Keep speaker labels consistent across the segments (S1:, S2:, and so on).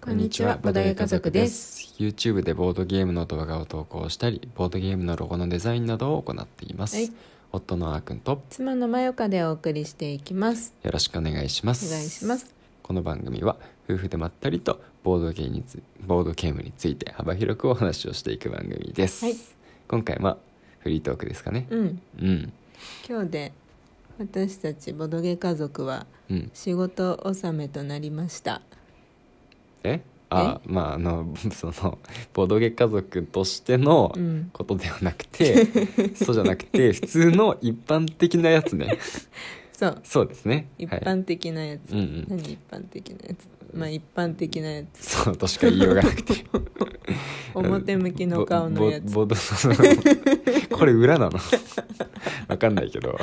S1: こんにちはボードゲー家族です。
S2: YouTube でボードゲームの動画を投稿したり、ボードゲームのロゴのデザインなどを行っています。
S1: はい
S2: 夫のあーくんと
S1: 妻のまよかでお送りしていきます
S2: よろしくお願いします。
S1: お願いします。
S2: この番組は夫婦でまったりとボードゲームにつボードゲームについて幅広くお話をしていく番組です。
S1: はい
S2: 今回はフリートークですかね。
S1: うん
S2: うん、
S1: 今日で私たちボドゲ家族は
S2: うん。
S1: 仕事納めとなりました
S2: え？あ、まああの そのボードゲー家族としての
S1: うん
S2: ことではな くて、そうじゃなくて普通の一般的なやつね。
S1: そう
S2: そうですね。
S1: 一
S2: はい、
S1: 般的なやつ、
S2: うんうん。
S1: 何一般的なやつまあ一般的なやつ
S2: そうとしか言いようがなくて。
S1: 表向きの顔のやつ
S2: ぼぼぼそうそうこれ裏な のわかんないけど。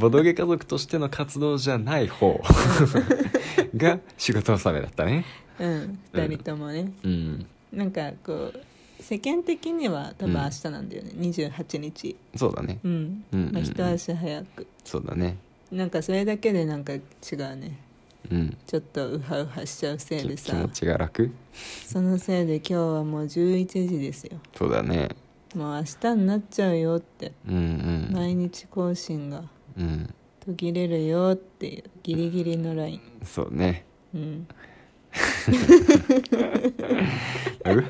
S2: ボドゲ家族としての活動じゃない 方が仕事納めだったね。
S1: うん二人ともね、
S2: うん。
S1: なんかこう世間的には多分
S2: うん
S1: 明日なんだよね、28日
S2: そうだね。
S1: うん、
S2: うんうんうん
S1: まあ、一足早く
S2: そうだね。
S1: なんかそれだけでなんか違うね
S2: うん。
S1: ちょっとウハウハしちゃうせいで
S2: き気
S1: さ
S2: 持ちが楽
S1: そのせいで今日はもう11時ですよ
S2: そうだね。
S1: もう明日になっちゃうよって
S2: うんうん。
S1: 毎日更新が
S2: うん。
S1: 途切れるよっていうギリギリのライン
S2: そうね。
S1: うん
S2: う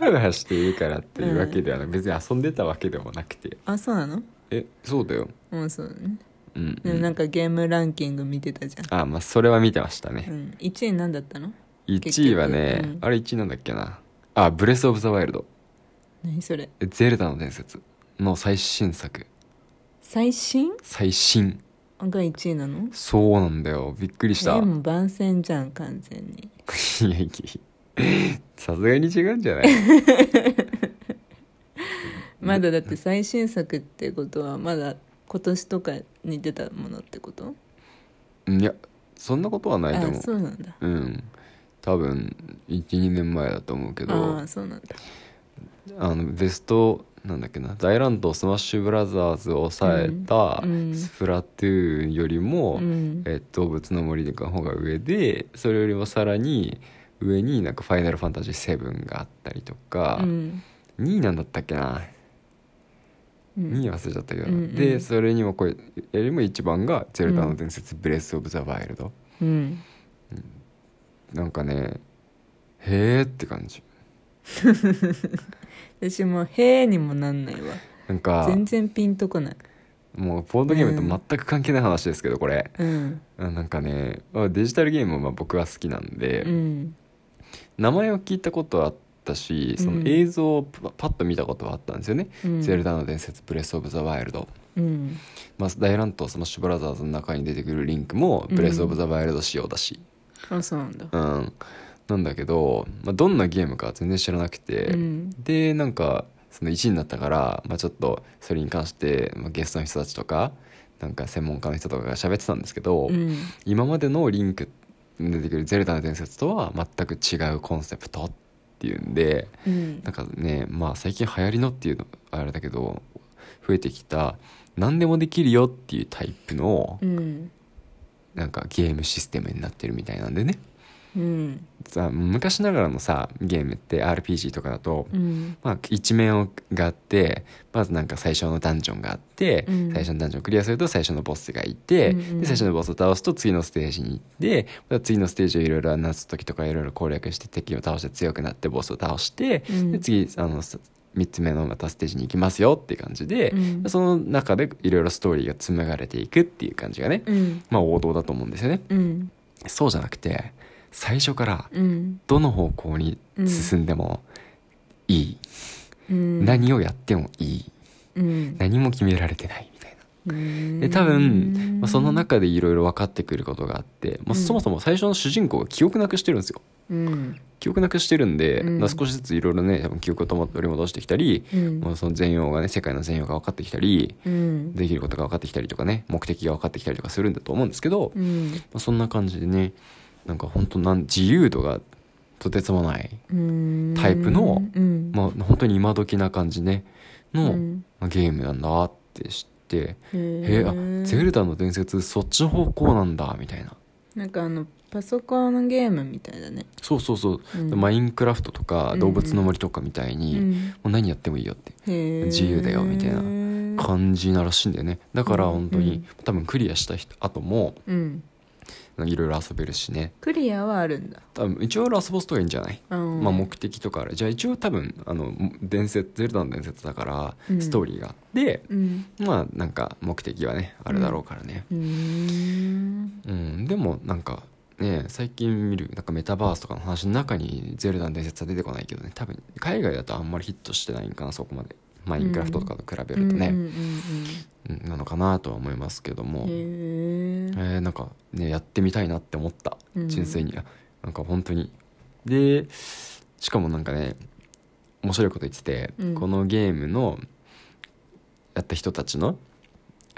S2: はうはしているからっていうわけではなく、別に遊んでたわけでもなくて。
S1: あそうなの
S2: え、そうだよ。
S1: うんそうだね
S2: うん、うん。
S1: でもなんかゲームランキング見てたじゃ
S2: あまあそれは見てましたね
S1: ん、うん、1位なんだったの結
S2: 1
S1: 局
S2: 位はね、
S1: うん
S2: あれ1位なんだっけなあブレス・オブ・ザ・ワイルド
S1: 何それ
S2: 「ゼルダの伝説」の最新作
S1: 最新
S2: 最新
S1: が1位なの
S2: そうなんだよびっくりした
S1: えもう番宣じゃん完全に
S2: いやいやさすがに違うんじゃない
S1: まだだって最新作ってことはまだ今年とかに出たものってこと
S2: うんいやそんなことはないと
S1: あ
S2: 思う
S1: そうなんだ
S2: うん多分12年前だと思うけど
S1: ああそうなんだ
S2: あのベストなんだっけな大乱闘スマッシュブラザーズを抑えた
S1: うんうん
S2: スプラトゥーンよりも、
S1: うん
S2: えっと動物の森の方が上でそれよりもさらに上になんか「ファイナルファンタジー7」があったりとか、
S1: うん
S2: 2位なんだったっけな
S1: うん
S2: 2位忘れちゃったけど、
S1: うんうん
S2: でそれにもこれよりも一番が「ゼルダの伝説、ブレス・オブ・ザ・ワイルド
S1: うん」
S2: なんかねへえって感じ
S1: 私もう「へえ」にもなんないわ
S2: なんか
S1: 全然ピンとこない
S2: もうボードゲームと全く関係ない話ですけどこれ、
S1: うん
S2: あなんかねあデジタルゲームはまあ僕は好きなんで、
S1: うん
S2: 名前を聞いたことはあったしそ
S1: うん
S2: の映像をパパッと見たことはあったんですよね
S1: うん
S2: ゼルダの伝説ブレス・オブ・ザ・ワイルド、
S1: うん
S2: まあ、大乱闘スマッシュブラザーズの中に出てくるリンクも
S1: うん
S2: ブレス・オブ・ザ・ワイルド仕様だし、
S1: あそうなんだ
S2: うんなんだけど、まあ、どんなゲームかは全然知らなくて、
S1: うん
S2: でなんかその1位になったから、まあ、ちょっとそれに関して、まあ、ゲストの人たちとかなんか専門家の人とかが喋ってたんですけど、
S1: うん
S2: 今までのリンクに出てくる「ゼルダの伝説」とは全く違うコンセプトっていうんで。
S1: うん
S2: なんかねまあ最近流行りのっていうのあれだけど増えてきた何でもできるよっていうタイプの
S1: うん
S2: なんかゲームシステムになってるみたいなんでね
S1: うん
S2: さ昔ながらのさゲームって RPG とかだと、
S1: うん
S2: まあ、一面をがあってまずなんか最初のダンジョンがあって、
S1: うん
S2: 最初のダンジョンをクリアすると最初のボスがいて、
S1: うんうん
S2: で最初のボスを倒すと次のステージに行ってまた次のステージをいろいろ謎解きとかいろいろ攻略して敵を倒して強くなってボスを倒して、
S1: うん
S2: で次あのさ3つ目のまたステージに行きますよっていう感じで、
S1: うん
S2: その中でいろいろストーリーが紡がれていくっていう感じがね、
S1: うん
S2: まあ王道だと思うんですよね。
S1: うん
S2: そうじゃなくて最初から
S1: うん
S2: どの方向に進んでもいい、
S1: うん
S2: 何をやってもいい
S1: うん
S2: 何も決められてないみたいな。
S1: うん
S2: で多分、まあ、その中でいろいろ分かってくることがあって、まあ、そもそも最初の主人公が記憶なくしてるんですよ。
S1: うん
S2: 記憶なくしてるんで、
S1: うん
S2: まあ少しずついろいろね多分記憶を取り戻してきたり、
S1: うん
S2: まあその全容がね世界の全容が分かってきたり
S1: うん
S2: できることが分かってきたりとかね目的が分かってきたりとかするんだと思うんですけど、
S1: う
S2: ま
S1: ん
S2: あそんな感じでねなんか本当なん自由度がとてつもない、
S1: うん
S2: タイプの
S1: うん
S2: まあ、本当に今時な感じねの、
S1: うん
S2: まあゲームなんだって知って。
S1: へ
S2: へえあゼルダの伝説そっちの方向なんだみたいな
S1: なんかあのパソコンのゲームみたいだね、
S2: そうそうそう、
S1: うん
S2: マインクラフトとか
S1: うん
S2: 動物の森とかみたいに、
S1: うん
S2: もう何やってもいいよって
S1: へー
S2: 自由だよみたいな感じならしいんだよねだから
S1: うん
S2: 本当に、多分クリアした人後も
S1: うん
S2: いろいろ遊べるしね
S1: クリアはあるんだ、
S2: 多分一応ラスボスとかいいんじゃない、
S1: うん
S2: まあ、目的とかあるじゃあ一応多分あの伝説ゼルダの伝説だから、
S1: うん
S2: ストーリーがあって
S1: うん
S2: まあなんか目的はねあるだろうからね、
S1: うーん
S2: うん、でもなんかね最近見るなんかメタバースとかの話の中に「ゼルダの伝説」は出てこないけどね多分海外だとあんまりヒットしてないんかなそこまでマインクラフトとかと比べると
S1: うん
S2: ね、
S1: う
S2: うんなのかなとは思いますけども
S1: んうんうんへー
S2: えーなんかねやってみたいなって思った
S1: うん
S2: 純粋に、あなんか本当にでしかもなんかね面白いこと言ってて、
S1: うん
S2: このゲームのやった人たちの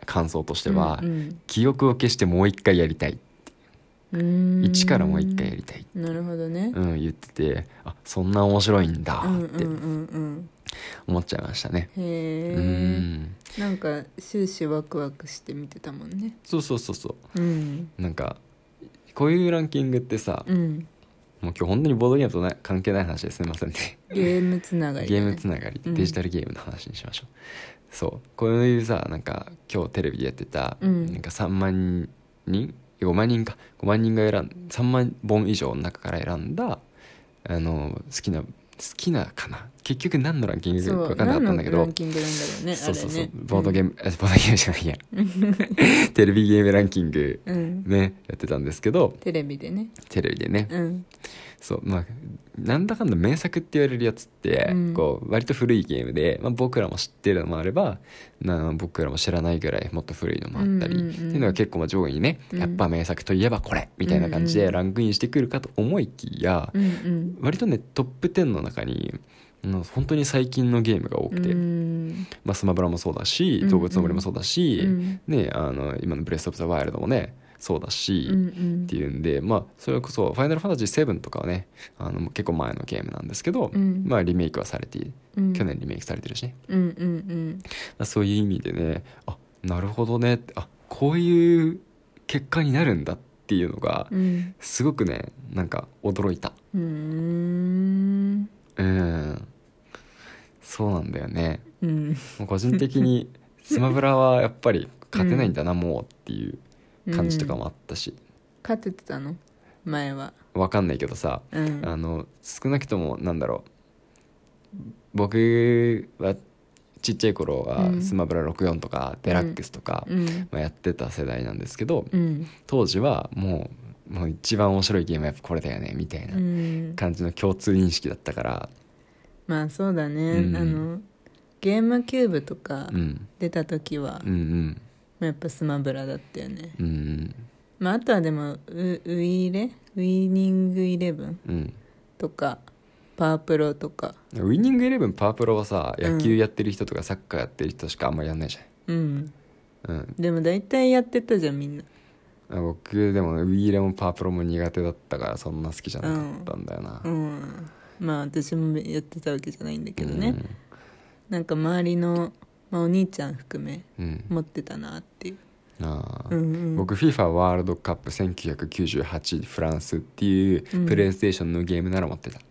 S2: 感想としては、
S1: うん
S2: 記憶を消してもう一回やりたい
S1: うんうーん
S2: 一からもう一回やりたい、
S1: なるほどね
S2: うん、言っててあそんな面白いんだ
S1: うんう
S2: っ
S1: ん
S2: て
S1: うんうん
S2: 思っちゃいましたね、
S1: へ
S2: う
S1: え
S2: ん
S1: なんか終始ワクワクして見てたもんね
S2: そうそうそうそ
S1: うん
S2: うなんかこういうランキングってさ、
S1: うん
S2: もう今日本当にボードゲームとな関係ない話ですみませんね
S1: ゲームつながり
S2: ゲ
S1: だね
S2: ームつながり
S1: うん
S2: デジタルゲームの話にしましょう、そうこういうさなんか今日テレビでやってた、
S1: うん
S2: なんか3万人5万人か5万人が選ん3万本以上の中から選んだあの好きな好きなかな結局何のランキングか
S1: そう
S2: 分かんなかったんだけど
S1: 何のランキングなんだろうね
S2: そうそうそう、
S1: あれね
S2: ボードゲーム、えボードゲームじゃないや テレビゲームランキング
S1: うん、うん
S2: ねやってたんですけど
S1: テレビでね
S2: テレビでね、
S1: うん
S2: そうまあなんだかんだ名作って言われるやつって、
S1: うん
S2: こう割と古いゲームで、まあ、僕らも知ってるのもあればな僕らも知らないぐらいもっと古いのもあったり、
S1: うんうんうん
S2: っていうのが結構まあ上位にね、
S1: うん
S2: やっぱ名作といえばこれみたいな感じ
S1: うん
S2: で
S1: うん
S2: ランクインしてくるかと思いきや、
S1: うんうん
S2: 割とねトップ10の中にうん本当に最近のゲームが多くて、
S1: うん
S2: まあ、スマブラもそうだ
S1: う
S2: し
S1: んうん
S2: 動物の森もそうだし、
S1: うん
S2: ね、あの今の「ブレス・オブ・ザ・ワイルド」もねそうだし、
S1: うんうん
S2: っていうんで、まあ、それこそ「ファイナルファンタジー7」とかはねあの結構前のゲームなんですけど、
S1: うん
S2: まあ、リメイクはされている
S1: うん
S2: 去年リメイクされてるしね、
S1: うんうん
S2: まあそういう意味でねあなるほどねってあこういう結果になるんだっていうのが
S1: うんうん
S2: すごくねなんか驚いた
S1: うーん
S2: うんそうなんだよね
S1: うん
S2: もう個人 的にスマブラはやっぱり勝てないんだなもうっていう感じとかもあったし、
S1: 勝ててたの前は
S2: わかんないけどさ
S1: うん
S2: あの少なくともなんだろう僕はちっちゃい頃は
S1: う
S2: 「
S1: ん
S2: スマブラ64」とか「デラックス」とか、
S1: うん
S2: まあ、やってた世代なんですけど
S1: うん
S2: 当時はもうもう一番面白いゲームはやっぱこれだよねみたいうなん感じの共通認識だったから、
S1: まあそうだね、
S2: うん
S1: あのゲームキューブとか
S2: うん、
S1: 出た時は、
S2: うんう
S1: ま
S2: ん
S1: あ、やっぱスマブラだったよね、
S2: うんうん
S1: まあ、あとはでもウウイイレウイニングイレブン
S2: うん
S1: とかパワープロとか
S2: ウィニングイレブンパワープロはさ
S1: うん
S2: 野球やってる人とかサッカーやってる人しかあんまりやんないじ
S1: うん
S2: ゃん、うん、
S1: でも大体やってたじゃんみんな
S2: 僕でもウィーレもパワープロも苦手だったからそんな好きじゃなかったんだよな、
S1: うんまあ私もやってたわけじゃないんだけどね、なんか周りの、まあ、お兄ちゃん含め
S2: うん、うん
S1: 持ってたなっていう、
S2: あ
S1: う
S2: ー
S1: んうん、
S2: 僕 FIFA ワールドカップ1998フランスっていう
S1: うん
S2: プレイステーションのゲームなら持ってた、
S1: へ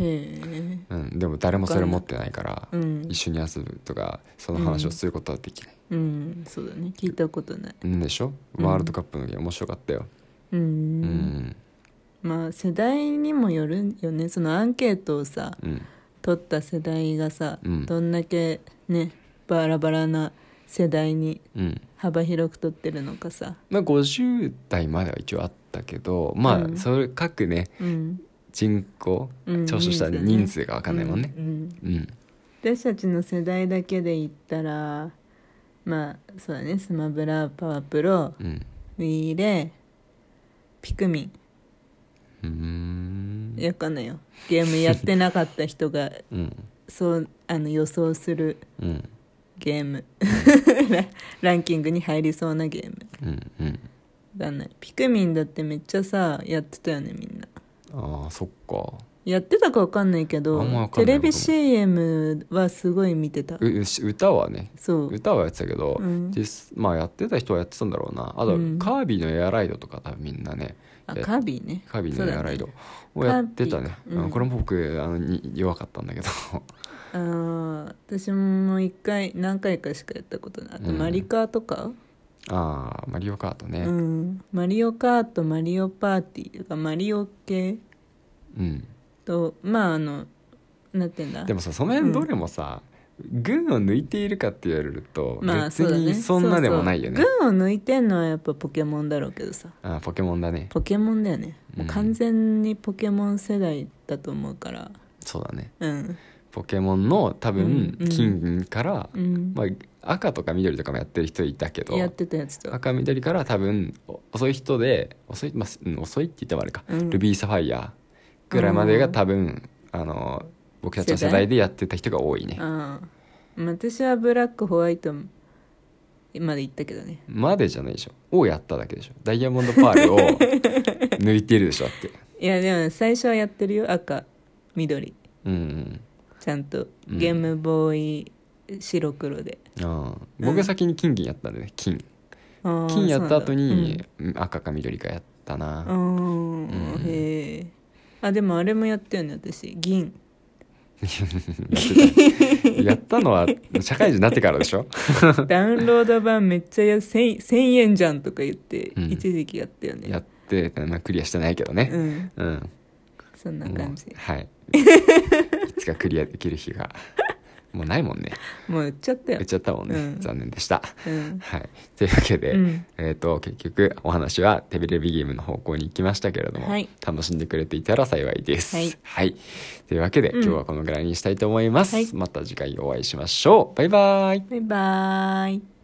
S1: え
S2: うんでも誰もそれ持ってないから、
S1: うん
S2: 一緒に遊ぶとかその話をすることはできない、
S1: うんそうだね聞いたことない
S2: ん、でしょ
S1: うん
S2: ワールドカップのゲーム面白かったよ
S1: うん、
S2: うん
S1: まあ世代にもよるよねそのアンケートをさ
S2: うん
S1: 取った世代がさ、
S2: うん
S1: どんだけねバラバラな世代に
S2: うん
S1: 幅広く取ってるのかさ
S2: まあ50代までは一応あったけどま
S1: うん
S2: あそれ各ね
S1: うん
S2: 人口
S1: うん
S2: 聴取した
S1: 人数ね
S2: 人数が分かんないもんね
S1: うんうん
S2: うん
S1: 私たちの世代だけで言ったらまあそうだねスマブラパワープロ
S2: うん
S1: ウィーレピクミン
S2: うーん
S1: いやわかんないよゲームやってなかった人が
S2: うん
S1: そうあの予想する
S2: うん
S1: ゲーム ランキングに入りそうなゲーム
S2: うんうん
S1: わかんないピクミンだってめっちゃさやってたよねみんな
S2: ああそっか
S1: やってたかわかんないけど
S2: あんまわか
S1: テ
S2: んない
S1: レビ CM はすごい見てた
S2: ううし歌はね
S1: そう
S2: 歌はやってたけど、
S1: うん
S2: 実まあやってた人はやってたんだろうなあと、
S1: うん
S2: カービィのエアライドとか多分みんなね
S1: あカービィね
S2: カービィ
S1: そ
S2: の
S1: うだ
S2: ね
S1: ね
S2: ライドをやってたね
S1: カービィかうん
S2: あのこれも僕あのに弱かったんだけど
S1: あー私も一回何回かしかやったことないあと
S2: うん
S1: マリカーとか、
S2: ああマリオカート
S1: う
S2: ね
S1: んマリオカートマリオパーティーとかマリオ系
S2: うん、
S1: とまああのなんていうんだ
S2: でもさその辺どれもさ、群を抜いているかって言われると、
S1: まあ
S2: 別
S1: そうだね
S2: にそんなでもないよね
S1: そうそう群を抜いてんのはやっぱポケモンだろうけどさ
S2: あーポケモンだね
S1: ポケモンだよね、もう完全にポケモン世代だと思うから
S2: そうだね
S1: うん
S2: ポケモンの多分、
S1: うんうん
S2: 金から、
S1: うん、
S2: まあ、赤とか緑とかもやってる人いたけど
S1: やってたやつと
S2: 赤緑から多分お遅い人で遅い,、まあすうん遅いって言ったらあれか、
S1: うん
S2: ルビーサファイアぐらいまでが多分、あの僕たちの世代でやってた人が多いね
S1: ああ私はブラックホワイトまで行ったけどね
S2: までじゃないでしょをやっただけでしょダイヤモンドパー ルを抜いてるでしょだって
S1: いやでも最初はやってるよ赤緑
S2: うん
S1: ちゃんと
S2: うん
S1: ゲームボーイ、白黒で
S2: うんああ僕が先に金銀やったんでね金
S1: ああ
S2: 金やった後
S1: そうなん
S2: に
S1: だ
S2: うん赤か緑かやったな、
S1: うんああ、
S2: うん
S1: へえあでもあれもやったよね私 銀
S2: やってたよやったのは社会人になってからでしょ
S1: ダウンロード版めっちゃや 1000, 1000円じゃんとか言って
S2: うん
S1: 一時期やったよね、
S2: やって、まあ、クリアしてないけど
S1: う
S2: ね
S1: ん
S2: うん、
S1: そんな
S2: もう
S1: 感じ
S2: はい いつかクリアできる日がもうないもんね
S1: もう売っちゃったよ
S2: 売っちゃったもんね、
S1: うん
S2: 残念でした
S1: うん
S2: はいというわけで、
S1: うん
S2: えー、と結局お話はテレビゲームの方向に行きましたけれども、
S1: はい
S2: 楽しんでくれていたら幸いです。
S1: はい
S2: というわけで、
S1: うん
S2: 今日はこのぐらいにしたいと思います。
S1: はい
S2: また次回お会いしましょう。バイバイ
S1: バイバーイ